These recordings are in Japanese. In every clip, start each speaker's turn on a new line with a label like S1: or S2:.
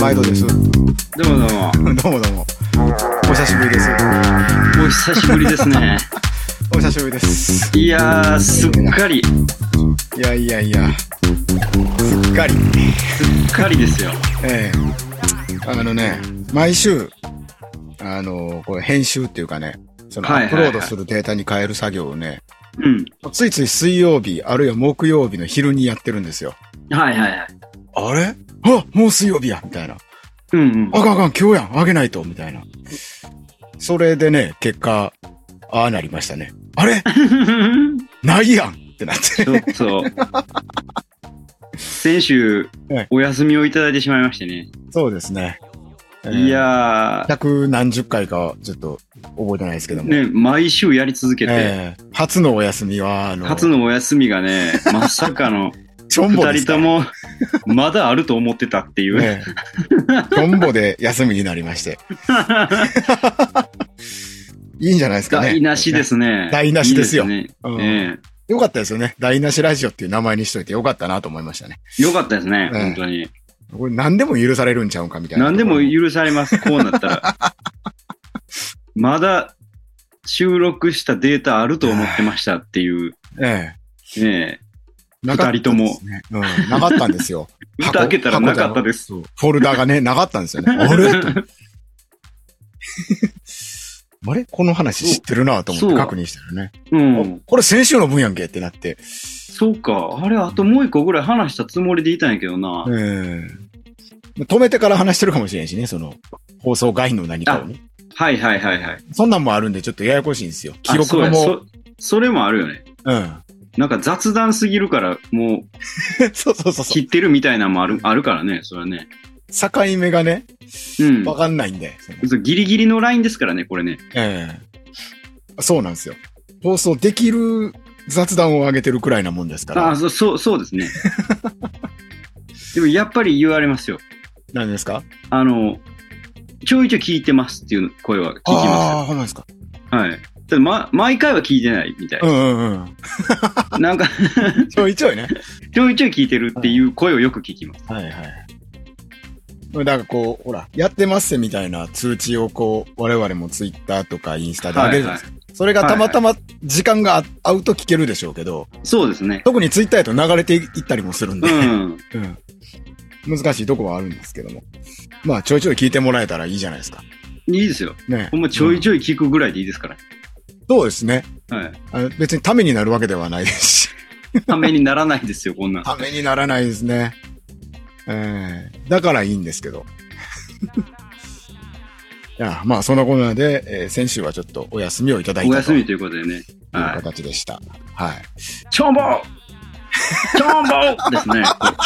S1: 毎度です。ど
S2: どうもどうも。
S1: うもどうも。お久しぶりです。
S2: お久しぶりですね。
S1: お久しぶりです。
S2: いやー、すっかり、
S1: いやいやいや。すっかり。
S2: すっかりですよ。
S1: ええあのね、毎週、あの、これ編集っていうかね、そのア
S2: はい
S1: ッ
S2: はい
S1: プ
S2: は
S1: ロ
S2: い
S1: ードするデータに変える作業をね、
S2: うん。
S1: ついつい水曜日、あるいは木曜日の昼にやってるんですよ。
S2: はいはいはい。
S1: あれあもう水曜日やみたいな。
S2: うんうん。
S1: あかんあかん、今日やん、あげないと、みたいな。それでね、結果、ああなりましたね。あれ ないやんってなって
S2: ち。ょっと、先週
S1: はい、
S2: お休みをいただいてしまいましてね。
S1: そうですね。えー
S2: い、や
S1: 百何十回かはちょっと覚えてないですけど
S2: ー、
S1: も。
S2: ね、毎週やり続けて、
S1: えー初のお休みは、あの、
S2: 初のお休み がね、まさかの、
S1: ちょんぼ
S2: 二
S1: ですか
S2: 人とも、まだあると思ってたっていう。
S1: ええちょんぼで休みになりま して。いいんじゃないですかね。
S2: 台無しですね。
S1: 台無しですよ
S2: いいです
S1: うん
S2: ねえ
S1: よかったですよね。台無しラジオっていう名前にしといてよかったなと思いましたね。
S2: えよかったですね、
S1: ええ
S2: 本当に。
S1: これ何でも許されるんちゃうんかみたいな。
S2: 何でも許されます、こうなった ら。まだ収録したデータあると思ってましたっていう、
S1: ええ
S2: ね
S1: なかったですね。うん、なかったんですよ。
S2: え、蓋開けたらなかったです。
S1: そうフォルダがね、なかったんですよね。あれあれこの話知ってるなと思って確認したらね。
S2: うん。
S1: これ先週の分やんけってなって。
S2: そうか、あれ、あともう一個ぐらい話したつもりでいたんやけどな。
S1: うん。止めてから話してるかもしれんしね、その、放送外の何かをね。
S2: はいはいはいはい。
S1: そんなんもあるんで、ちょっとややこしいんですよ。記
S2: あ
S1: 録が
S2: そ
S1: も
S2: うやそそれもあるよね。
S1: う、うん。
S2: なんか雑談すぎるから、もう
S1: そうそうそうそ
S2: 知ってるみたいなのもあるあるからね、それはね。
S1: う。境目がね、
S2: うん。
S1: わかんないんで。その
S2: そうギリギリのラインですからね、これね。
S1: ええそうなんですよ。放送できる雑談を上げてるくらいなもんですから。
S2: あそうそう、そうで すね。でもやっぱり言われますよ。
S1: 何ですか
S2: あの、ちょいちょい聞いてますっていう声は聞き
S1: あ
S2: ま
S1: あー、そうなんですか。。
S2: す。はい。ただ、ま、毎回は聞いてないみたいう
S1: んうんうん。
S2: なんか、
S1: ちょいちょいね。
S2: ちょいちょい聞いてるっていう声をよく聞きます。
S1: はいはい。だからこう、ほら、やってますみたいな通知をこう、我々もツイッターとかインスタで上げるじゃないですか。それがたまたま時間があ合うと聞けるでしょうけど、
S2: そうですね。
S1: 特にツイッターやと流れていったりもするん
S2: う
S1: で、
S2: ん。
S1: うん難しいとこはあるんですけども。まあ、ちょいちょい聞いてもらえたらいいじゃないですか。
S2: いいですよ。
S1: ね。
S2: ほんまちょい
S1: ょい。
S2: ちょい聞くぐらいでいいですから。
S1: そうですね。
S2: はい。
S1: あの別にためになるわけではないですし。
S2: ためにならないですよ、こんなん。
S1: ためにならないですね。えー、だからいいんですけ ど。いや、まあ、そんなこんなで、えー先週はちょっとお休みをいただい
S2: お
S1: たと
S2: 休
S1: い
S2: み
S1: う
S2: ということでね。はい。
S1: 形でした。はい。
S2: ちょんぼちょんぼです ね。あ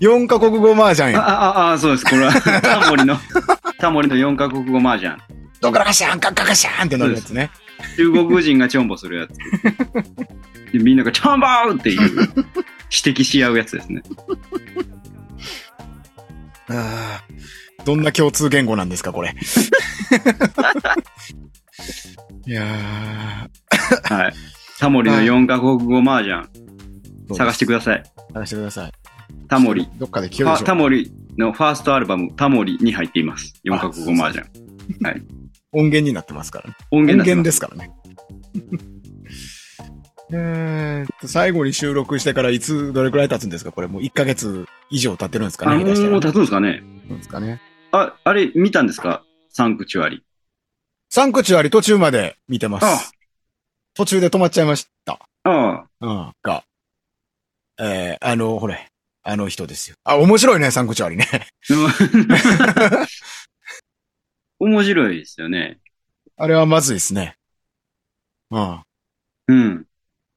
S1: 4カ国語麻雀
S2: あ、
S1: や。
S2: ああ、そうです。これは タモリの、タモリの4カ国語麻雀。
S1: ドカラカシャン、カッカカシャンってなるやつね。
S2: 中国人がチョンボするやつ。 でみんながチョンボーっていう指摘し合うやつですね。
S1: あーどんな共通言語なんですか、こ れ。いや
S2: はい。タモリの4カ国語麻雀
S1: ー、
S2: 探してください。
S1: 探してください。
S2: タモリ。
S1: どっかで聞ける
S2: フ
S1: で
S2: ァ
S1: しょう
S2: タモリのファーストアルバム、タモリに入っています。4カ国語麻雀。
S1: 音源になってますからね。
S2: 音
S1: 音
S2: 源
S1: 源
S2: で。
S1: ですすからね。 えーっと、最後に収録してからいつ、どれくらい経つんですかこれもう1ヶ月以上経ってるんですか
S2: あ、
S1: ね
S2: も
S1: 下手したら
S2: う立つんですかね。
S1: そうですかね。
S2: あ、あれ見たんですかサンクチュアリ。
S1: サンクチュアリ途中まで見てま
S2: あ
S1: す。途中で止まっちゃいました。
S2: あ
S1: うん。が、えー、あの、ほれ、あの人ですよ。あ、面白いね、サンクチュアリね。
S2: あ。でも面白いですよね。
S1: あれはまずいですね。うん。
S2: うん。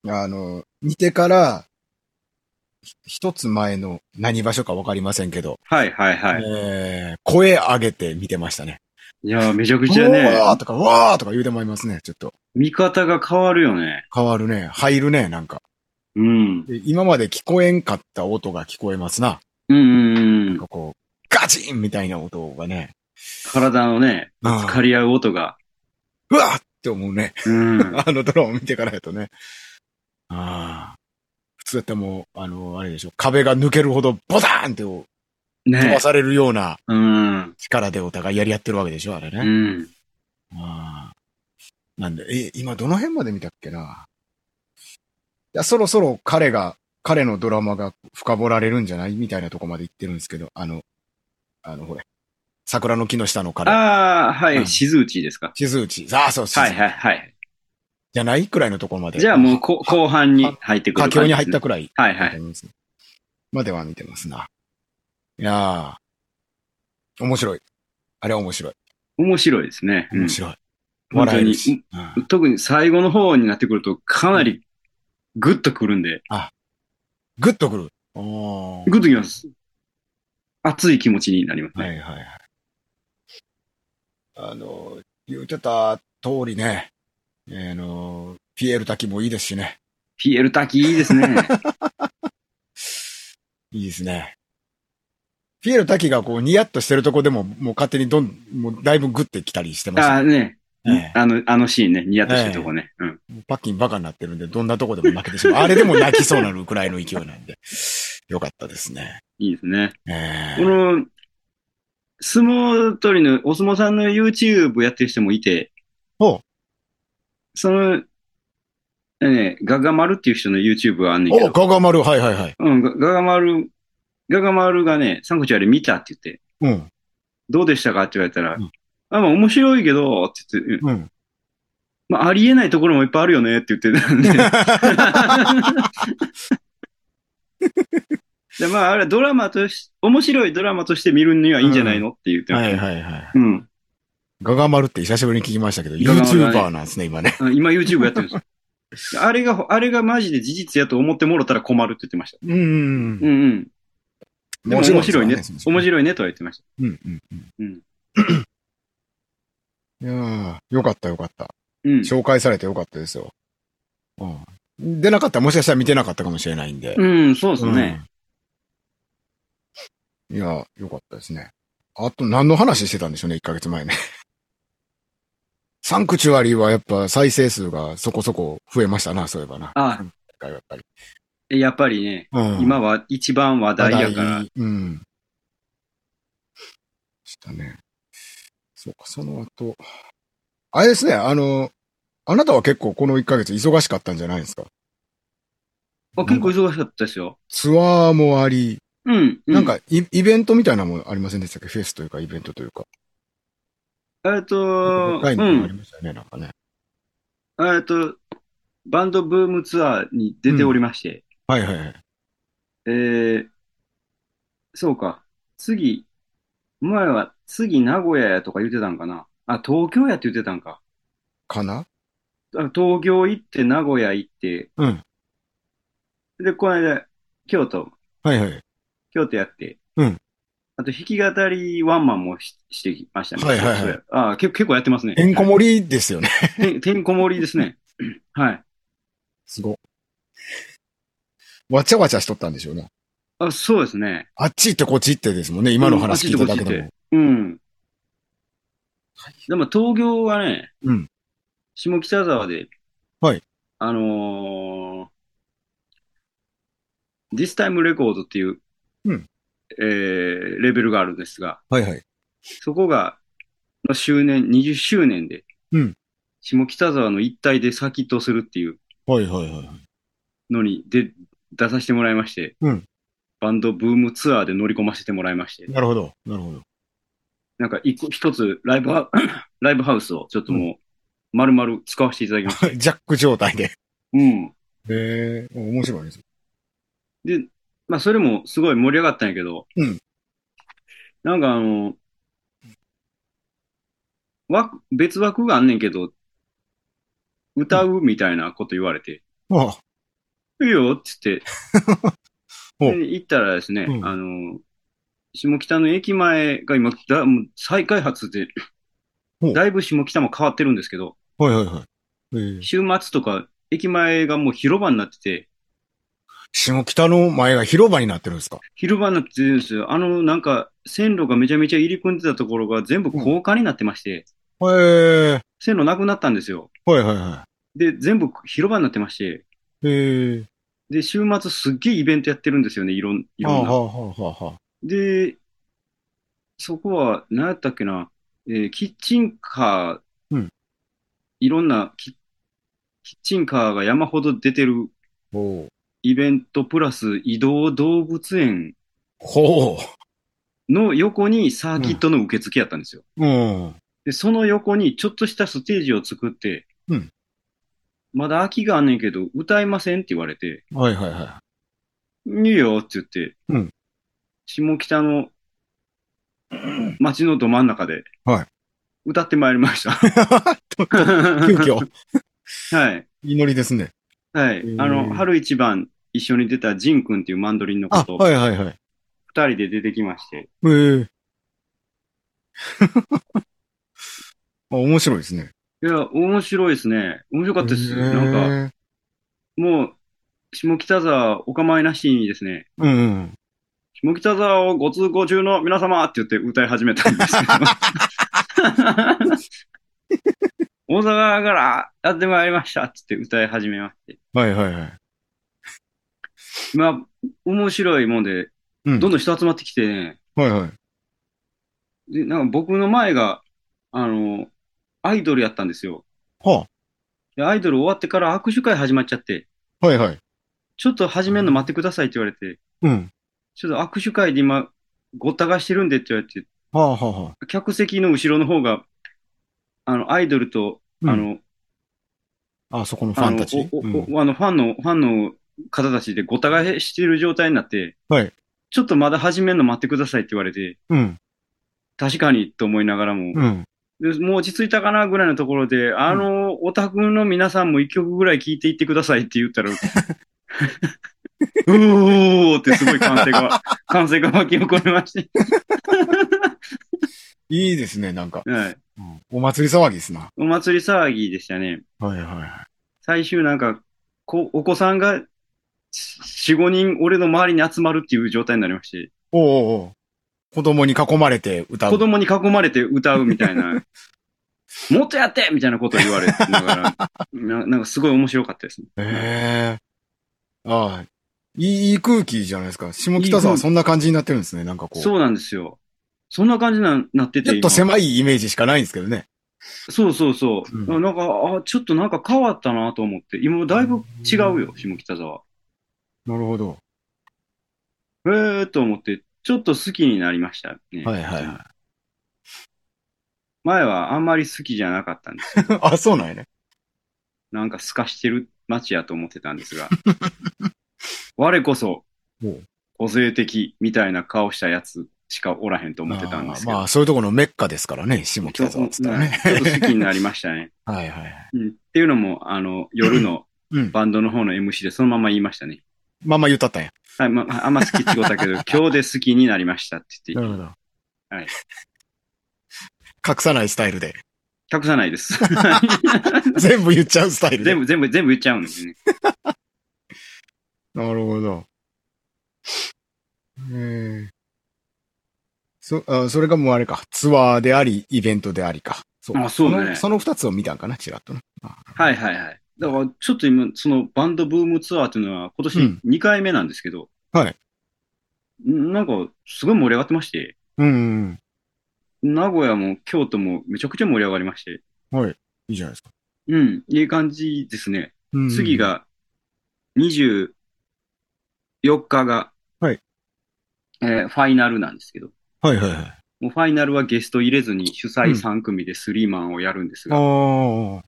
S1: あの、見てから、ひ一つ前の何場所かわかりませんけど、
S2: はいはいはい。
S1: えー声上げて見てましたね。
S2: いやー、めちゃくちゃね。
S1: わーとか、わーとか言うてまいりますね。ちょっと。
S2: 見方が変わるよね。
S1: 変わるね。入るね、なんか。
S2: うん。
S1: で今まで聞こえんかった音が聞こえますな。
S2: うんうんうん
S1: なん。かこう、ガチンみたいな音がね。
S2: 体のね、
S1: うん
S2: 借り合う音が。
S1: うわーって思うね。
S2: うん。
S1: あのドラマ見てからやとね。ああ。普通やったらもう、あの、あれでしょ。壁が抜けるほどボタンって飛
S2: ね
S1: ばされるような
S2: うん。
S1: 力でお互いやり合ってるわけでしょ、あれ
S2: う
S1: ね。
S2: ん。
S1: あーなんで、え、今どの辺まで見たっけないや、そろそろ彼が、彼のドラマが深掘られるんじゃないみたいなとこまで行ってるんですけど、あの、あの、ほれ、桜の木の下の彼、
S2: ああ、は
S1: うん
S2: い。静内ですか。
S1: 静内、ああ、そう、静内
S2: はいはいはい。
S1: じゃないくらいのところまで。
S2: じゃあもうこ後半に入ってく
S1: 佳
S2: る感
S1: 境
S2: じですね。
S1: に入ったくらい。
S2: はいはい。
S1: までは見てますな。いやー、面白い。あれは面白い。
S2: 面白いですね。うん
S1: 面白い。
S2: 本当
S1: 笑える
S2: に。
S1: し。うん
S2: 特に最後の方になってくると、かなりグッとくるんで、
S1: グッとくる。おー
S2: グッときます。熱い気持ちになります
S1: は
S2: ね。
S1: いはいはい。あの、言ってた通りね、あの、ピエール滝もいいですしね。
S2: ピエール滝いいです ね。
S1: いいですね。ピエール滝がこうニヤッとしてるとこでも、もう勝手にどん、もうだいぶグッてきたりしてまし
S2: あ
S1: た
S2: あね、
S1: ね。
S2: あの、あのシーンね、ニヤッとしてるとこね。うん。
S1: パッキンバカになってるんで、どんなとこでも泣けてしまう。あれ でも泣きそうなるくらいの勢いなんで。よかったですね。
S2: いいですね。
S1: え
S2: この、相撲取りの、お相撲さんの YouTube やってる人もいて、
S1: ほう
S2: その、ね、ガガマルっていう人の YouTube はあんねんけ
S1: お、ガ
S2: ど、
S1: ガ丸、はいはいはい。
S2: うん、ガガガマル、ガガマルがね、サンクチュアリ見たって言って、
S1: うん、
S2: どうでしたかって言われたら、
S1: うん
S2: あ、まあ面白いけど、って言って、うん
S1: うん。
S2: まあありえないところもいっぱいあるよねって言って たんで。でまああれはドラマとし、面白いドラマとして見るにはいいんじゃないの、って言ってま
S1: は
S2: し
S1: い
S2: た。
S1: はいはい。
S2: うん。
S1: ガガ丸って久しぶりに聞きましたけど、
S2: ガガ丸はね
S1: YouTuber なんですね、今ね。
S2: あ今 YouTube やってるんですよ。あ れが、あれがマジで事実やと思ってもろたら困るって言ってました。
S1: うんうん
S2: うんうん。
S1: うん。
S2: でも面白いね。
S1: です
S2: 面白いねとは言ってまし
S1: うんうんう
S2: うん
S1: ん。いやーよかったよかった。
S2: た。うん。
S1: 紹介されてよかったですよ。うん。出なかったらもしかしたら見てなかったかもしれないんで。
S2: うん、そうですね。
S1: うん。いや、よかったですね。あと何の話してたんでしょうね、1ヶ月前ね。サンクチュアリーはやっぱ再生数がそこそこ増えましたな、そういえばな。
S2: あ、
S1: 一回やっぱり。
S2: やっぱりね、
S1: うん
S2: 今は一番話題や
S1: 話
S2: から
S1: 題。うん。したね。そうか、その後。あれですね、あの、あなたは結構この1ヶ月忙しかったんじゃないですか。
S2: あ結構忙しかったですよ。
S1: ツアーもあり、
S2: うん。う
S1: なん、かイイベントみたいなのもありませんでしたっけフェスというかイベントというか。
S2: えっと、う
S1: ラインとかもあり
S2: ん。
S1: ましたよね、なんかね。
S2: えっと、バンドブームツアーに出ておりまして、
S1: はいはいはい。
S2: えー、そうか。次、前は次名古屋やとか言ってたんかな。あ、東京やって言ってたんか。
S1: かな
S2: あ東京行って、名古屋行って、
S1: うん。
S2: で、この間、京都、
S1: はいはい。
S2: 京都やって、
S1: うん。
S2: あと、弾き語りワンマンもし、してきましたね。
S1: はいはいはい
S2: そうやあけ、結構やってますね。
S1: てんこ盛りですよね。
S2: てんてんこ盛りですね。はい。
S1: すごっ。わちゃわちゃしとったんでしょうね。
S2: あ、そうですね。
S1: あっち行ってこっち行ってですもんね、今の話聞いただけでも。
S2: うん。でも東京はね、
S1: うん
S2: 下北沢で、
S1: はい
S2: あのー、This Time Record っていう、
S1: うん
S2: えーレベルがあるんですが、
S1: はいはい。
S2: そこが、の周年、20周年で、
S1: うん
S2: 下北沢の一帯で先とするっていう
S1: はいはいはい。
S2: のにで出させてもらいまして、
S1: うん
S2: バンドブームツアーで乗り込ませてもらいまして、
S1: なるほど。なるほど。
S2: なんか一個一つライブハウ ライブハウスをちょっともう、丸々使わせていただきました。
S1: ジャック状態で。
S2: うん。
S1: へえ、面白いです。
S2: で、まあそれもすごい盛り上がったんやけど、
S1: うん
S2: なんかあの、枠、別枠があんねんけど、歌うみたいなこと言われて、
S1: あ
S2: いいよっつって、
S1: ほう
S2: で行ったらですね、
S1: うん
S2: あの、下北の駅前が今、だもう再開発で
S1: ほう、
S2: だいぶ下北も変わってるんですけど、
S1: あ、はいはいはい。ええ
S2: 週末とか、駅前がもう広場になってて、
S1: 下北の前が広場になってるんですか
S2: 広場になってるんですよ。あの、なんか、線路がめちゃめちゃ入り組んでたところが全部高架になってまして、
S1: へえ、
S2: 線路なくなったんですよ。
S1: はいはいは
S2: で、全部広場になってまして、
S1: い。ええ
S2: で、週末すっげえイベントやってるんですよね、いろん、い
S1: は
S2: ろ
S1: あは
S2: んな。
S1: あはあはあはあ。
S2: で、そこは、何やったっけな、えーキッチンカー、
S1: うん
S2: いろんなキ、キッチンカーが山ほど出てる
S1: ほう。
S2: イベントプラス移動動物園
S1: ほ
S2: の横にサーキットの受付やったんですよ。
S1: う。うん。
S2: で、その横にちょっとしたステージを作って、
S1: うん
S2: まだ空きがあんねんけど、歌いませんって言われて、
S1: はいはいはい
S2: いよって言って、
S1: うん
S2: 下北の街のど真ん中で、
S1: はい
S2: 歌ってまいり ました。
S1: い。急遽、
S2: はい。
S1: 祈りですね。
S2: はい。
S1: へ
S2: あ
S1: ー
S2: の、春一番一緒に出たジン君っていうマンドリンの子
S1: あ、
S2: と、
S1: はいはいはい。
S2: 二人で出てきまして、
S1: ええ。あ、 面白いですね。
S2: いや、面白いですね。面白かったです。なんか、
S1: か。
S2: もう、下北沢お構いなしにですね、
S1: うんうん。
S2: 下北沢をご通行中の皆様って言って歌い始めたんですけど。大阪からやってまいりましたって言って歌い始めまして。
S1: はいはいはい。
S2: まあ、面白いもんで、
S1: うん。
S2: どんどん人集まってきてね、
S1: はいはい。
S2: でなんか僕の前が、あの、アイドルやったんですよ。
S1: は
S2: でアイドル終わってから握手会始まっちゃって、
S1: あ、はいはい。
S2: ちょっと始めるの待ってくださいって言われて、
S1: うん。
S2: ちょっと握手会で今、ごったがしてるんでって言われて、
S1: はあはあはあ。
S2: 客席の後ろの方が、あの、アイドルと、
S1: うん
S2: あの、
S1: あ、そこのフ
S2: あ
S1: ァン
S2: の
S1: たち。
S2: おお
S1: うん
S2: おあのファンの、ファンの方たちでごたがえしてる状態になって、
S1: はい
S2: ちょっとまだ始めるの待ってくださいって言われて、
S1: うん。
S2: 確かにと思いながらも、
S1: うん。
S2: でもう落ち着いたかなぐらいのところで、あの、オタクの皆さんも一曲ぐらい聴いていってくださいって 言ったら、う おーってすごい歓声が、 歓声が巻き起こりまして。
S1: いいですね、なんか。
S2: はい。
S1: うんお祭り騒ぎですな。
S2: お祭り騒ぎでしたね。
S1: はいはいは
S2: 最終なんか、こお子さんが4、5人俺の周りに集まるっていう状態になりまして、
S1: おうおうおう子供に囲まれて歌う。
S2: 子供に囲まれて歌うみた いな、もっとやってみたいなことを言われながら、ななんかすごい面白かったですね。
S1: へえ。ああ、いい空気じゃないですか。下北沢は
S2: いい空気
S1: そんな感じになってるんですね、なんかこう。
S2: そうなんですよ。そんな感じななってて、
S1: ちょっと
S2: 今
S1: 狭いイメージしかないんですけどね。
S2: そうそうそう。
S1: うん
S2: だからなんか、あ、ちょっとなんか変わったなと思って、今だいぶ違うよ、下北沢。
S1: なるほど。
S2: えーと思って、ちょっと好きになりましたね。
S1: はいはいは
S2: 前はあんまり好きじゃなかったんですよ。
S1: い。 あ、そうなんやね。
S2: なんか透かしてる街やと思ってたんです が。我こそ
S1: おう、
S2: 個性的みたいな顔したやつしかおらへんと思ってたんですけ
S1: まあ
S2: ど。
S1: まあ、そういうところのメッカですからね、下北沢っつったらね。
S2: ちょっと好きになりまし たね。
S1: はいはいはい。
S2: うんっていうのも、あの、夜の
S1: うん。
S2: バンドの方の MC でそのまま言いましたね。
S1: まあまあ言ったったんや。
S2: はい、まあ、あんま好きってことだ けど、今日で好きになりましたって言って、
S1: るほど。
S2: はい。
S1: 隠さないスタイルで。
S2: 隠さな いです。
S1: 全部言っちゃうスタイルで。
S2: 全部、全部、全部言っちゃうんですね。
S1: なるほど。ええ。そ、あ、それがもうあれか。ツアーであり、イベントでありか。そ
S2: あそうね
S1: のその二つを見たんかな、ちらっとな。
S2: はいはいはい。だから、ちょっと今、そのバンドブームツアーっていうのは、今年
S1: うん
S2: 2回目なんですけど、
S1: はい
S2: ん。なんか、すごい盛り上がってまして、
S1: うんうん
S2: 名古屋も京都もめちゃくちゃ盛り上がりまして、
S1: うん。はい。いいじゃないですか。
S2: うん、いい感じですね。
S1: うん
S2: 次。が、24日が、
S1: はい。
S2: えーファイナルなんですけど、
S1: はいはいはい。
S2: もうファイナルはゲスト入れずに主催3組でスリーマンをやるんですが、
S1: ああ。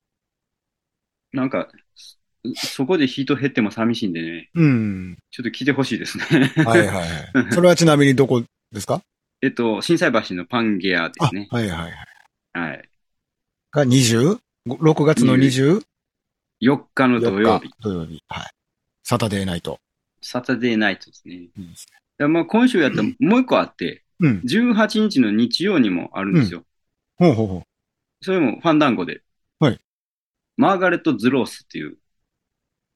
S2: なんか、そそこでヒート減っても寂しいんでね、
S1: うん。
S2: ちょっと来てほしいですね。
S1: はいは いはい。それはちなみにどこですか
S2: えっと、震災橋のパンゲアで
S1: あ、
S2: すね。
S1: はいはいはい。
S2: はい。
S1: が 20?6 月の 20?
S2: 4日の土曜日、
S1: 土曜日。はい。サタデーナイト。
S2: サタデーナイトですね。
S1: いいです
S2: でまあ、今週やったらもう一個あって、
S1: ねうん。
S2: 18日の日曜にもあるんですよ。
S1: ほうほうほう。
S2: それもファンダンゴで。
S1: はい
S2: マーガレット・ズロースっていう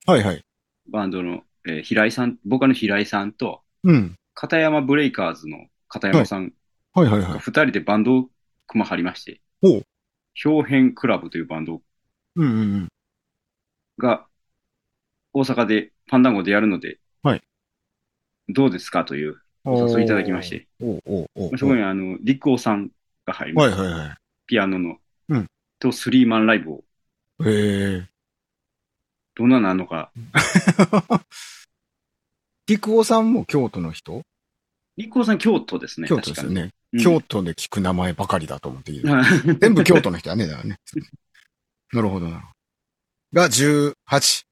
S1: はいはい。
S2: バンドの、えー平井さん、ボーカルの平井さんと、
S1: うん。
S2: 片山ブレイカーズの片山さん
S1: はいはいは
S2: が
S1: い。
S2: 2人でバンドを組まはりまして、
S1: ほう
S2: 表変クラブというバンド
S1: うんうんうん。
S2: が大阪でパンダンゴでやるので、
S1: はい
S2: どうですかというお誘いいただきまして。
S1: おうおうおうおう
S2: そこにあの、リクオさんが入りま
S1: はい
S2: し
S1: は
S2: た。
S1: いはい。
S2: ピアノの
S1: うん。
S2: と、スリーマンライブを、
S1: へえ。
S2: どんなのなのか。
S1: 陸王さんも京都の人
S2: リクオさん京都ですね。
S1: 京都ですよね。
S2: 確かに。
S1: 京都で聞く名前ばかりだと思っていい
S2: うん
S1: 全部京都の人やね、だからね。 なるほどなるほど。が18。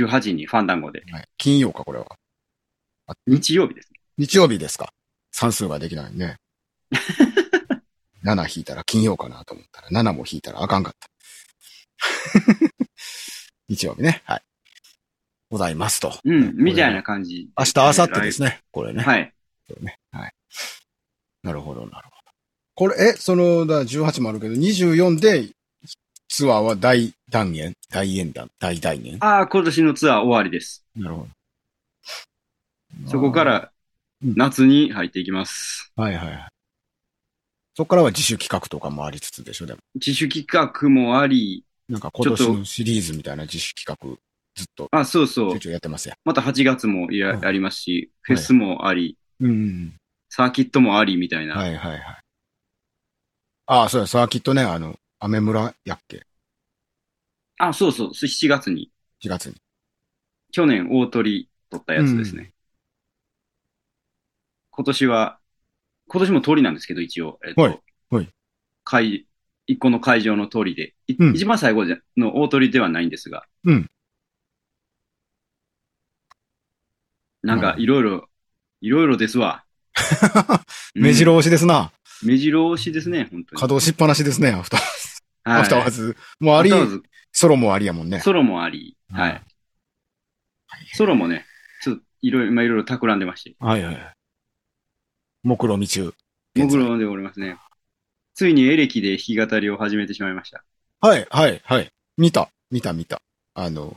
S2: 18時にファンダンゴで。
S1: はい金曜か、これは。あ
S2: 日曜日ですね。
S1: 日曜日ですか。算数ができないね。7引いたら金曜かなと思ったら、7も引いたらあかんかった。 日曜日ね。はい。ございますと。
S2: うん、みたいな
S1: こ
S2: 感じ。
S1: れ明日、明後日ですね。これね。
S2: はい。
S1: なるほど、なるほど。これ、え、その、だ18もあるけど、24で、ツアーは大断言大演談大大年
S2: ああ、今年のツアー終わりです。
S1: なるほど。
S2: そこか。ら
S1: うん
S2: 夏に入っていきます。
S1: はいはいはい。そこからは自主企画とかもありつつでしょ、でも。
S2: 自主企画もあり、
S1: なんか今年
S2: ちょっ
S1: のシリーズみたいな自主企画、ずっと、
S2: あ、そう
S1: ち
S2: そ
S1: ょ
S2: う
S1: い。ちょいやってますや
S2: また8月もや
S1: うん
S2: やりますし、
S1: は
S2: フ
S1: い
S2: ェスもあり、
S1: ん。うん。
S2: サーキットもありみたいな。
S1: はいはいはい。ああ、そうや、サーキットね、あの、アメ村やっけ、
S2: あ、そうそう。7月に、
S1: 4月に。
S2: 去年大鳥取ったやつですね。今年は、今年も鳥なんですけど、一応。えっと、
S1: はいはい
S2: 会一個の会場の鳥で、い
S1: うん
S2: 一番最後じゃの大鳥ではないんですが。
S1: うん
S2: なん
S1: なる
S2: か
S1: ほ、ど
S2: いろいろ、いろいろですわ。 うん
S1: 目白押しですな。
S2: 目白押しですね、本当に。
S1: 稼働しっぱなし ですね、アフター、
S2: はい
S1: アフターワーズ。もうあり
S2: ア、フターワーズ
S1: ソロもありやもんね。
S2: ソロもあり、
S1: うん
S2: はい。ソロもね、ちょっといろいろ、今いろいろ企んでまして、
S1: はいはい。目論見中。
S2: もぐろんでおりますね。ついにエレキで弾き語りを始めてしまいました。
S1: はいはいはい。見た、見た見た。あの、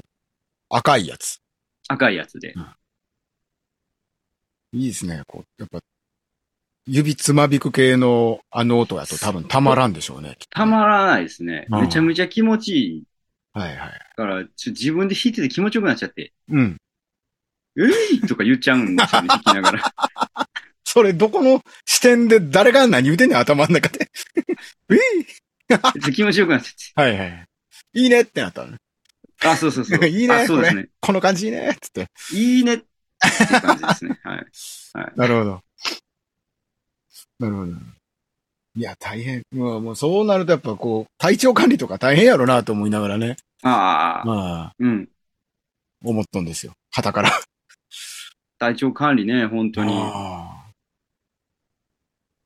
S1: 赤いやつ。
S2: 赤いやつで
S1: うん。いいですね。こう、やっぱ、指つまびく系のあの音やと多分たまらんでしょうね。きっと
S2: たまらないですね。
S1: うん
S2: めちゃめちゃ気持ちいい
S1: はいはい。
S2: から、ちょ自分で弾いてて気持ちよくなっちゃって、
S1: うん。
S2: えいとか言っちゃうんですよね、弾きながら。
S1: それどこの視点で誰が何言うてんねん、頭の中 で。えい
S2: 気持ちよくなっちゃっ
S1: はいはい。いいねってなったのね。
S2: て。あ、そうそうそ う。
S1: いいね
S2: あそうですね。
S1: この感じいいねっつって。
S2: いいねっていう感じですね。 はい。
S1: なるほど。なるほど。いや、大変。もう、もうそうなるとやっぱこう、体調管理とか大変やろなと思いながらね。
S2: ああ、
S1: まあ、
S2: うん。
S1: 思ったんですよ。旗から。
S2: 体調管理ね、本当に。
S1: あ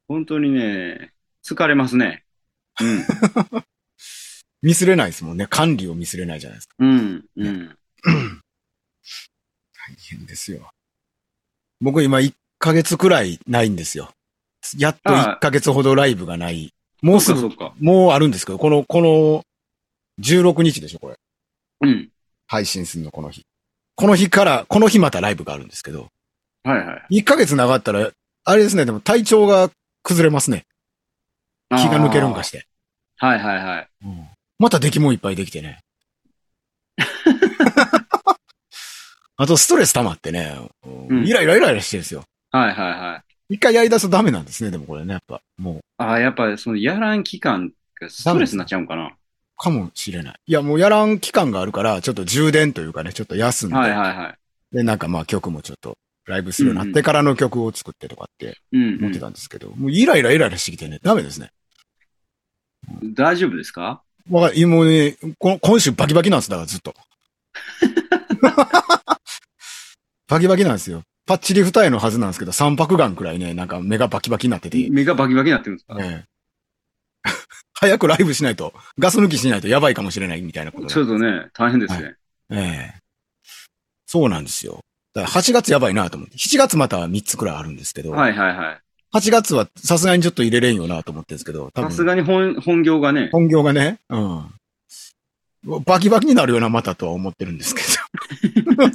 S2: 本当にね、疲れますね。うん。
S1: ーミスれないですもんね。管理をミスれないじゃないですか。
S2: うん、うん。
S1: 大変ですよ。僕今1ヶ月くらいないんですよ。やっと1ヶ月ほどライブがない。もうす
S2: そうか、そ
S1: ぐ、
S2: うか。
S1: もうあるんですけど、この、この、16日でしょ、これ。
S2: うん。
S1: 配信するの、この日。この日から、この日またライブがあるんですけど、
S2: はいはい。
S1: 1ヶ月なかったら、あれですね、でも体調が崩れますね。気が抜けるんかして。
S2: あー。はいはいはい。
S1: うんまた出来もんいっぱいできてね。あと、ストレス溜まってね、
S2: うん
S1: イライライライラしてるんですよ。
S2: はいはいはい。
S1: 一回やり出すとダメなんですね、でもこれね、やっぱ。もう、
S2: ああ、やっぱりそのやらん期間がストレスになっちゃうんかな。
S1: かもしれない。いや、もうやらん期間があるから、ちょっと充電というかね、ちょっと休んで、
S2: はいはいはい。
S1: で、なんかまあ曲もちょっと、ライブするようになってからの曲を作ってとかって
S2: うん、
S1: 思ってたんですけど、もうイライライライラしてきてね、ダメですね。
S2: うん。大丈夫ですか
S1: わかる、もうね、こ今週バキバキなんです、だからずっ と。バキバキなんですよ。パッチリ二重のはずなんですけど、三白眼くらいね、なんか目がバキバキになってて、ね
S2: 目がバキバキになってるんですか、
S1: え 早くライブしないと、ガス抜きしないとやばいかもしれないみたいなことで
S2: ちょっとね、大変ですね。
S1: ええそうなんですよ。だから8月やばいなと思って、7月また3つくらいあるんですけど、
S2: はいはいはい。
S1: 8月はさすがにちょっと入れれんよなと思ってるんですけど、多
S2: さす
S1: 分
S2: がに本本業がね、
S1: 本業がね、うん。バキバキになるようなまたとは思ってるんですけど。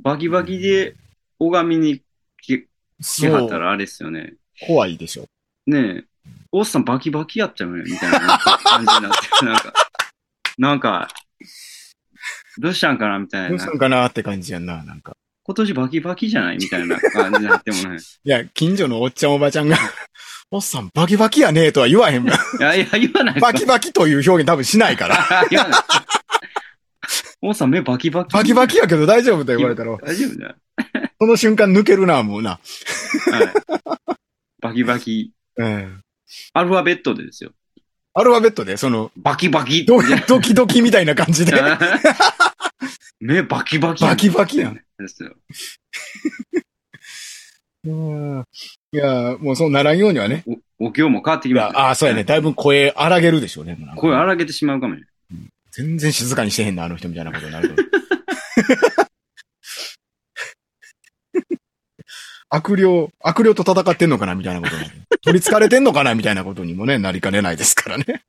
S2: バキバキで拝みに来来
S1: そ
S2: はった
S1: う、
S2: らあれですよね。
S1: 怖いでしょ。
S2: ねえ、おっさんバキバキやっちゃうよ、みたいな感じになって、なんか、なんか、どうしたんかな、みたい
S1: どう
S2: な
S1: した。んかなって感じやんな、なんか。
S2: 今年バキバキじゃないみたいな感じになってもね。
S1: いや、近所のおっちゃんおばちゃんが、 おっさんバキバキやねえとは言わへん もん。
S2: いや、いや、言 わないです
S1: バキバキという表現多分しないから。
S2: か言わない。王さん目バキバキ。
S1: バキバキやけど大丈夫と言われたら、
S2: 大丈夫じゃ
S1: その瞬間抜けるな、もうな。
S2: ないはい。バキバキ。
S1: うん。
S2: アルファベットでですよ。
S1: アルファベットで、その、
S2: バキバキ
S1: ドドキドキみたいな感じで。
S2: 目バキバキ。
S1: バキバキやん。
S2: ですよ。
S1: うんいや、もうそうならんようにはね。
S2: お、お経も変わってき
S1: い
S2: ます、
S1: や、ああ、そうやね。だいぶ声荒げるでしょうね。もうなんか
S2: 声荒げてしまうかもね。
S1: 全然静かにしてへんな、あの人みたいなことになると。 悪霊、悪霊と戦ってんのかなみたいなことになる。取り憑かれてんのかなみたいなことにもね、なりかねないですからね。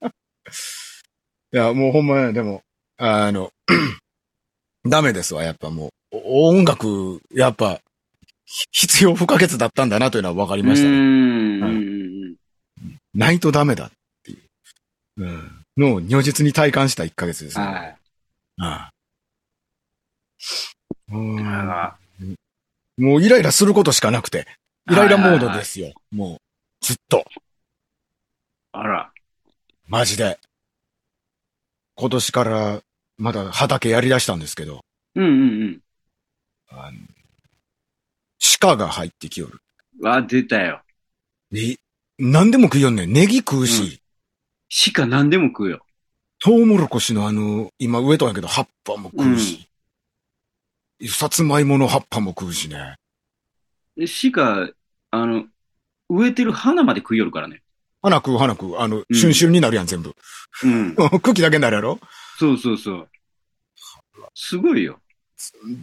S1: いや、もうほんまね、でも、あの、 ダメですわ、やっぱもう。お音楽、やっぱ、ひ必要不可欠だったんだなというのは分かり
S2: うー
S1: ましたね、
S2: ん。
S1: は
S2: う
S1: い
S2: んうんうん
S1: ないとダメだっていう、うん、のを如実に体感した1ヶ月ですね。
S2: はい。
S1: ああうん
S2: だから
S1: もうイライラすることしかなくて、イライラモードですよ。もう、ずっと、
S2: あら。
S1: マジで。今年から、まだ畑やり出したんですけど、
S2: うんうんうん。
S1: あの鹿が入ってきよる。
S2: わ、出たよ。
S1: え、何でも食いよんねん。ネギ食うし、
S2: 鹿何でも食うよ。
S1: トウモロコシのあの、今植えたんやけど、葉っぱも食うし、さつまいもの葉っぱも食うしね。
S2: で鹿、あの、植えてる花まで食いよるからね。
S1: 花食う花食う。あの、
S2: ん
S1: シュンシュンになるやん、全部。
S2: うん。
S1: 茎だけになるやろ
S2: そうそうそう。すごいよ。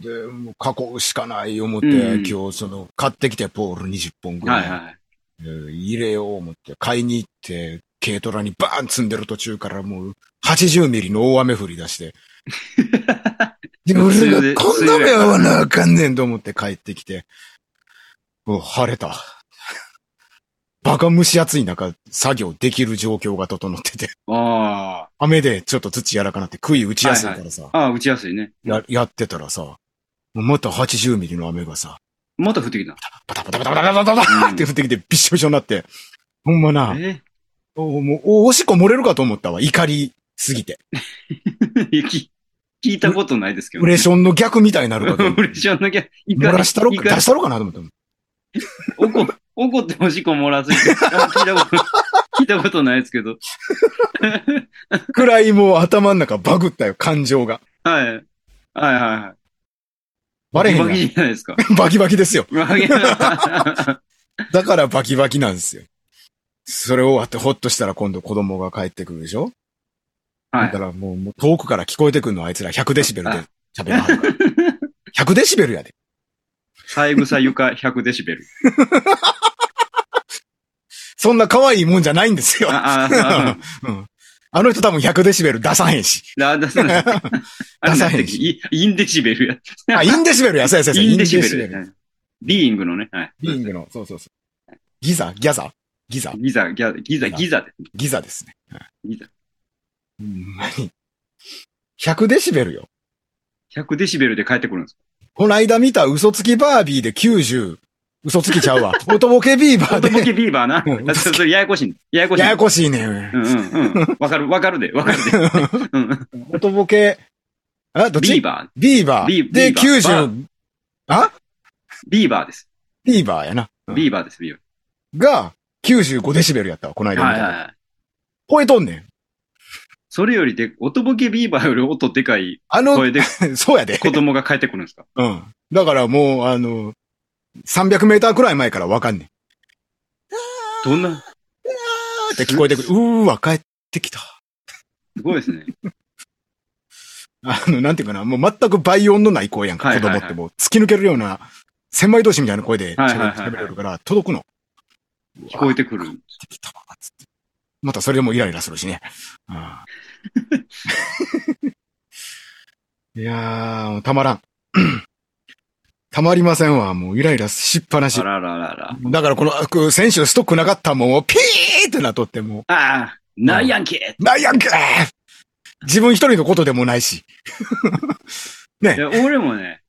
S1: で、もう加工しかない思って、
S2: うん
S1: 今日その、買ってきてポール20本ぐらい、
S2: はいはい。
S1: えー入れよう思って、買いに行って、軽トラにバーン積んでる途中からもう、80ミリの大雨降り出 して、で俺
S2: 梅雨
S1: が
S2: で
S1: こんな目合わなあかんねんと思って帰ってきて、もう晴れた。バカ蒸し暑い中、作業できる状況が整ってて、
S2: あ
S1: 雨でちょっと土やらかなって、杭打ちやすいからさ、
S2: あ。ああ、打ちやすいね。
S1: ややってたらさ、また80ミリの雨がさ、
S2: また降ってきた。
S1: パタパタパタパタパタパタって降ってきて、びっしょびしょになって。ほんまな、
S2: え
S1: おもうおおしっこ漏れるかと思ったわ。怒りすぎて。
S2: いやき聞いたことないですけど
S1: ウレションの逆みたいになるかと思っ
S2: う
S1: て。
S2: れしょなきゃ、い
S1: 漏らしたろ
S2: い
S1: か、出したろかなと思った。
S2: 怒怒っておしっこ漏 らすってあ聞いたこと、 聞いたことないですけど。
S1: くらいもう頭の中バグったよ、感情が。
S2: はい。はいはいはい。
S1: バレへんや
S2: バキ
S1: ん。
S2: じゃないですか。
S1: バキバキですよ。
S2: バキ は
S1: だからバキバキなんですよ。それ終わってほっとしたら今度子供が帰ってくるでしょ、だ
S2: い
S1: か。らもうもう遠くから聞こえてくるのあいつら100デシベルで喋るから。100デシベルやで。
S2: 三枝床100デシベル。
S1: そんな可愛いもんじゃないんですよ。
S2: あ あ、
S1: うんあの人多分100デシベル出さへんし。
S2: ああ、出 さない。あれなんだっけイインデシベルや。
S1: あ、インデシベルや、そうや、そうや。
S2: インデシ
S1: イ
S2: ベ
S1: ンデ
S2: ル。はいビーイングのね。はい。
S1: ビーイングの、そうそうそう。ギザギャザギザ
S2: ギザ、ギザ、ギザ、ギザで。
S1: ギザですね。
S2: ギザ。
S1: ほん まに。100デシベルよ。
S2: 100デシベルで帰ってくるんです。
S1: この間見た嘘つきバービーで90、嘘つきちゃう わ。音ボケビーバ
S2: オ
S1: ー
S2: トボ
S1: で。
S2: ケビーバーな。
S1: うん
S2: あそれそれややこしい。ややこしい。
S1: ややこしいねん。
S2: うんうんうん。わかる、わかるで、わか るで。うん
S1: 音ボケ、あ、どっ
S2: ビー
S1: ち
S2: バー。
S1: ビーバ
S2: ビ
S1: ー。
S2: ー
S1: で、
S2: ビーバー
S1: 90、
S2: ビーバーです。
S1: ビーバーやな。うん
S2: ビーバーです、ビー
S1: が、95デシベルやったわ、この
S2: バ
S1: 間
S2: ー。
S1: 見
S2: はい
S1: た
S2: はい
S1: の。
S2: はい。
S1: 超えとんねん。
S2: それよりで、音ボケビーバーより音でかい
S1: あの、
S2: 声で
S1: そうやで。
S2: 子供が帰ってくるんですか
S1: うん。だからもう、あの、300メーターくらい前からわかんねん。
S2: どんな、
S1: あーって聞こえてくる。うーわ、帰ってきた。
S2: すごいですね。
S1: あの、なんていうかな、もう全く倍音のない声やんか、
S2: はいはいはい
S1: 子供ってもう突き抜けるような、千枚同士みたいな声で
S2: はいはいはいはい
S1: 喋れるから、届くの。
S2: 聞こえ
S1: て
S2: てくる。
S1: きたわ、つって。またそれでもイライラするしね。あー いやー、もうたまらん。 たまりませんわ、もうイライラしっぱなし
S2: あ。らららら。
S1: だからこのこう、先週ストックなかったもんをピーってなっとっても
S2: ああ、ないやんけ。
S1: う、なんやんけ自分一人のことでもないし。
S2: いや、俺もね、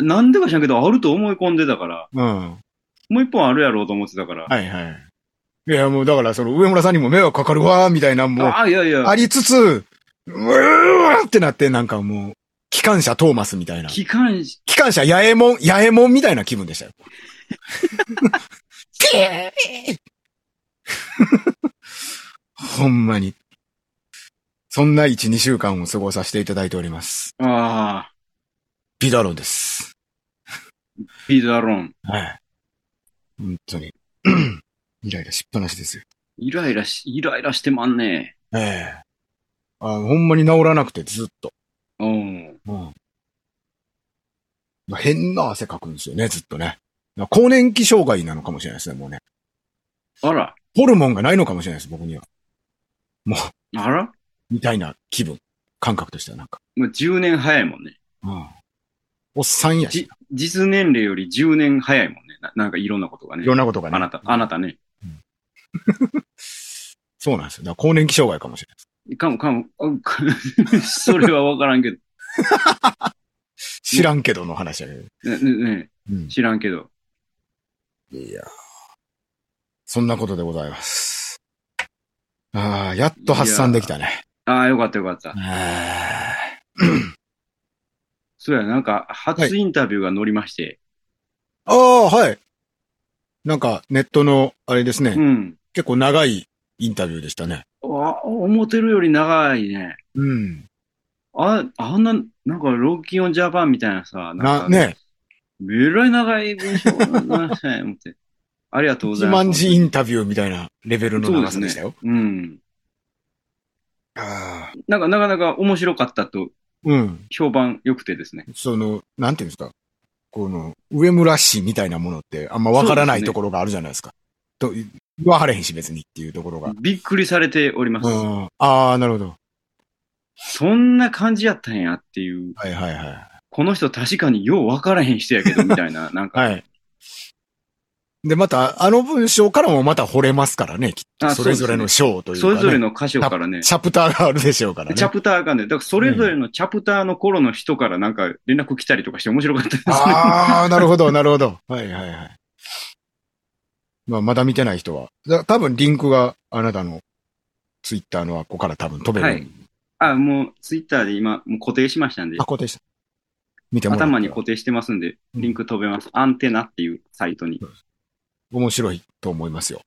S1: うん。
S2: なんでか知らんけど、あると思い込んでたから、
S1: うん。
S2: もう一本あるやろうと思ってたから、
S1: はいはい。いや、もうだから、その上村さんにも迷惑かかるわ、みたいな、もう、
S2: あ、いやいや
S1: あ、りつつ、うーってなって、なんかもう、機関車トーマスみたいな。
S2: 機関士、
S1: 機関車八重門、八重門みたいな気分でしたよ。ピエー ほんまに。そんな1、2週間を過ごさせていただいております。
S2: ああ、
S1: ビダロンです。
S2: ビザロン。
S1: はい。本当に。 イライラしっぱなしですよ。
S2: イライラし、イライラしてまんね
S1: ええあ。ほんまに治らなくて、ずっと。
S2: え。うん。
S1: うん。まあ、変な汗かくんですよね、ずっとね。まあ更年期障害なのかもしれないですね、もうね。
S2: あら、
S1: ホルモンがないのかもしれないです、僕には。もう、
S2: あら
S1: みたいな気分、感覚としてはなんか。
S2: もう10年早いもんね。
S1: うん。おっさんやし
S2: じ、、実年齢より10年早いもんね。ななんかいろんなことがね
S1: い。ろんなことがね。
S2: あなた、あなたね。
S1: そうなんですよ。だから更年期障害かもしれないです。
S2: かも、かも、あ かそれはわからんけど。
S1: 知らんけどの話やけど。
S2: ね、ねね
S1: うん
S2: 知らんけど。
S1: いやーそんなことでございます。ああ、やっと発散できたね。
S2: ああ、よかったよかった。
S1: あー
S2: そうや、なんか、初インタビューが乗りまして。
S1: あー、はい。なんか、ネットの、あれですね、
S2: うん。
S1: 結構長いインタビューでしたね。
S2: あ、思ってるより長いね。
S1: うん。
S2: あ、あんな、なんか、ローキンオンジャパンみたいなさ、なん
S1: な、
S2: か、
S1: ね、
S2: えらい長い文章なんですね、 思って。ありがとうござ
S1: 自
S2: います。
S1: 慢字インタビューみたいなレベルの長さでしたよ。
S2: うん。
S1: ああ。
S2: なんか、なかなか面白かったと、
S1: うん。
S2: 評判良くてですね。
S1: その、なんていうんですか、この、上村氏みたいなものって、あんまわからな
S2: そうです
S1: い
S2: ね
S1: ところがあるじゃないですか。と、言わはれへんし、別にっていうところが。
S2: びっくりされております
S1: う。ん。ああ、なるほど。
S2: そんな感じやったんやっていう、
S1: はいはいはい。
S2: この人確かによう分からへん人やけど、みたいな、なんか、
S1: はい。で、また、あの文章からもまた惚れますからね、きっと。
S2: あ
S1: それぞれの章というか、
S2: そ
S1: ね。
S2: れぞれの箇所からね、
S1: チャプターがあるでしょうから
S2: チャ
S1: ね。
S2: プターがね、だからそれぞれのチャプターの頃の人からなんか連絡来たりとかして面白かったですね。
S1: ああ、なるほど、なるほど。はいはいはい。まあ、まだ見てない人は。だ多分リンクがあなたのツイッターのあっこから多分飛べる。
S2: はいあ、もうツイッターで今もう固定しましたんで
S1: あ、、固定した。見てもらったら
S2: 頭に固定してますんで、リンク飛べます。アンテナっていうサイトに。
S1: 面白いと思いますよ。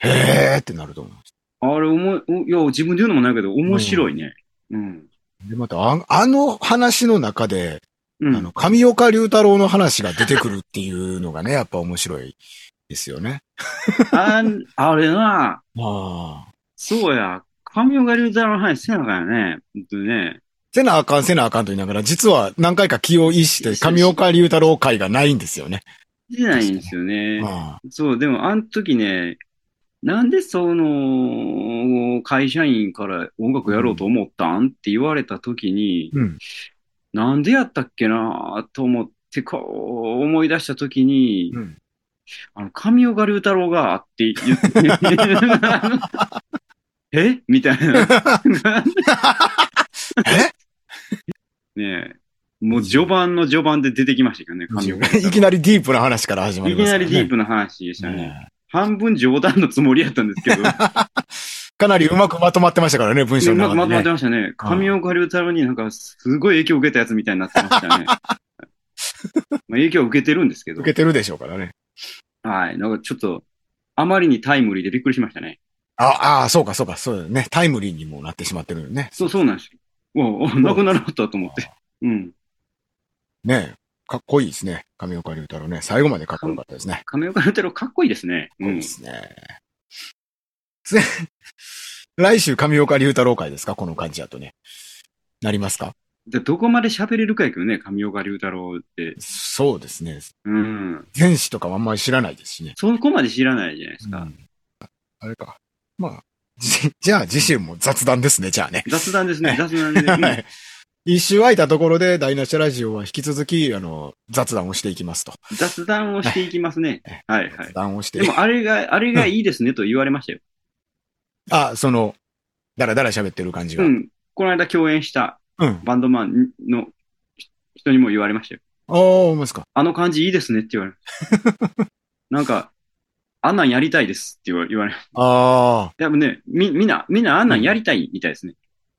S1: へーってなると思います。
S2: あれ、おも、おいや、自分で言うのもないけど、面白いね。うん。
S1: で、また、ああの話の中で、
S2: うん。
S1: あの、上岡龍太郎の話が出てくるっていうのがね、やっ ぱ面白いですよね。
S2: あんあれな、
S1: ああ。
S2: そうや、神岡龍太郎の話せなあかんよね。ほんとにね。
S1: せなあかん、せなあかんと言いながら、実は何回か気を意して、上岡龍太郎会がないんですよね。
S2: 出ないんですよね。
S1: ああ
S2: そう、でもあの時ね、なんでその会社員から音楽やろうと思ったんって言われた時に、
S1: うん。
S2: なんでやったっけなと思ってこう思い出した時に、
S1: うん
S2: あの、神岡龍太郎がって言って、 えみたいな。 ねえ、もう序盤の序盤で出てきましたけどね、神岡龍太郎
S1: いきなりディープな話から始まり
S2: いき
S1: ます
S2: な
S1: から、ね。
S2: りディープな話でしたね。
S1: ね
S2: 半分冗談のつもりやったんですけど、
S1: かなりうまくまとまってましたからね、文章
S2: う
S1: の
S2: ま
S1: 中で、
S2: くまとまっ
S1: ね
S2: て。ましたね。神岡龍太郎になんかすごい影響を受けたやつみたいになってました ね。まあ影響を受けてるんですけど
S1: 受、けてるでしょうからね。
S2: はい。なんかちょっと、あまりにタイムリーでびっくりしましたね。
S1: あ、あー、そうか、そうか、そうだよね。タイムリーにもなってしまってるよね。
S2: そう、そうなんですよ。おうおう、なくなるったと思って。うん。
S1: ねえ、かっこいいですね。上岡龍太郎ね。最後までかっこよかったですね。
S2: 神岡龍太郎かっこいいですね。
S1: かっ
S2: う
S1: こいい
S2: ん
S1: で。すね。 つ来週上岡龍太郎会ですかこの感じだとね。なりますか
S2: でどこまで喋れるかやけどね、神岡龍太郎って。
S1: そうですね。
S2: うん。
S1: 前史とかはあんまり知らないですしね。
S2: そこまで知らないじゃないです
S1: う
S2: か。
S1: んあれか。まあ、じ じゃあ次週も雑談ですね、じゃあね。
S2: 雑談ですね、雑談 で。うん
S1: はい一周空いたところで、台無しラジオは引き続き、あの、雑談をしていきますと。
S2: 雑談をしていきますね。はいはい
S1: 雑。談をして
S2: でも、あれが、あれがいいですねと言われましたよ。
S1: あ、その、だらだら喋ってる感じが。
S2: うん。この間共演した
S1: うん
S2: バンドマンの人にも言われましたよ。
S1: ああ、思いますか。
S2: あの感じいいですねって言われる。 なんか、あんなんやりたいですって言われ言われる。
S1: ああ、
S2: いや、もうね、み、みんな、みんなあんなんやりたいみたいですね。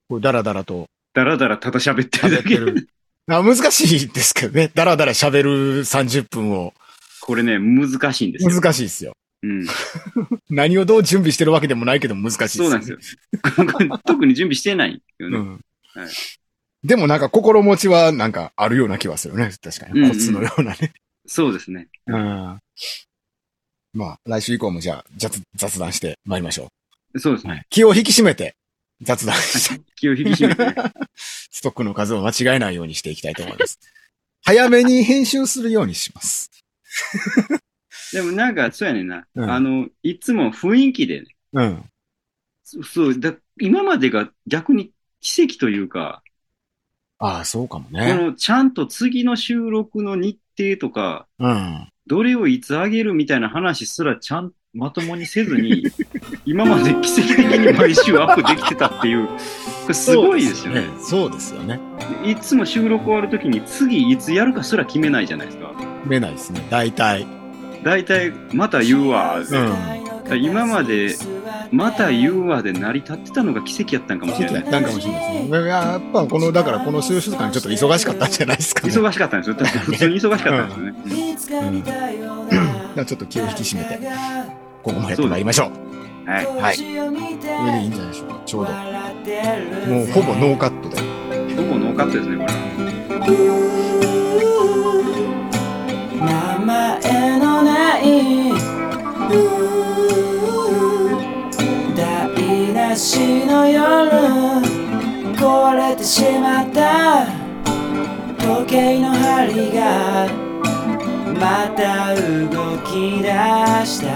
S1: こう、だらだらと
S2: だらだらただ喋ってる
S1: 喋
S2: だ
S1: っ
S2: け
S1: て。る。 あ難しいですけどね。だらだら喋る30分を。
S2: これね、難しいんですよ。
S1: 難しいですよ。
S2: うん。
S1: 何をどう準備してるわけでもないけど難しいです、
S2: そうなんですよ。 特に準備してないよ
S1: う
S2: ね。
S1: ん
S2: はい
S1: でもなんか心持ちはなんかあるような気はするね。確か
S2: うんう
S1: に。
S2: ん
S1: コツのようなね。
S2: そうですね。
S1: うんまあ、来週以降もじゃあ雑雑談して参りましょ
S2: そうです
S1: う。
S2: ね。
S1: 気を引き締めて雑談して、
S2: 気を引き締めてね。
S1: ストックの数を間違えないようにしていきたいと思い ます。早めに編集するようにします。
S2: でもなんか、そうやねんな。
S1: うん
S2: あの、いつも雰囲気でね。
S1: うん。
S2: そそう、だ今までが逆に奇跡というか、
S1: ああ、そうかも
S2: こ
S1: ね。
S2: のちゃんと次の収録の日程とか、
S1: うん。
S2: どれをいつあげるみたいな話すらちゃんまともにせず に、今まで奇跡的に毎週アップできてたっていう、これすごいですよね。
S1: そうですよね。
S2: いつも収録終わるときに次いつやるかすら決めないじゃないですか。
S1: 見えないですね。大体。
S2: 大体また言うわ、
S3: うん今まで
S2: ま
S3: ま
S2: た
S3: た言
S2: 言
S3: う
S2: うわで成り立ってたのが奇跡やったんかもし
S1: 時
S2: れ
S1: 期や
S2: な
S1: っ
S2: い。
S1: たんかもしれないですね。いややっぱこの、だからこの数週間ちょっと忙しかったんじゃないですかね。
S2: 忙しかったんですよ。だって普通に忙しかったんですよね。
S1: うんじゃあちょっと気を引き締めて、ここまでやってまいりましょう。
S2: うんはい。
S1: はいこれでいいんじゃないでしょうか。ちょうど。もうほぼノーカットで。
S2: ほぼノーカットですね、これは。
S3: 名前のない台無しの夜壊れてしまった時計の針がまた動き出した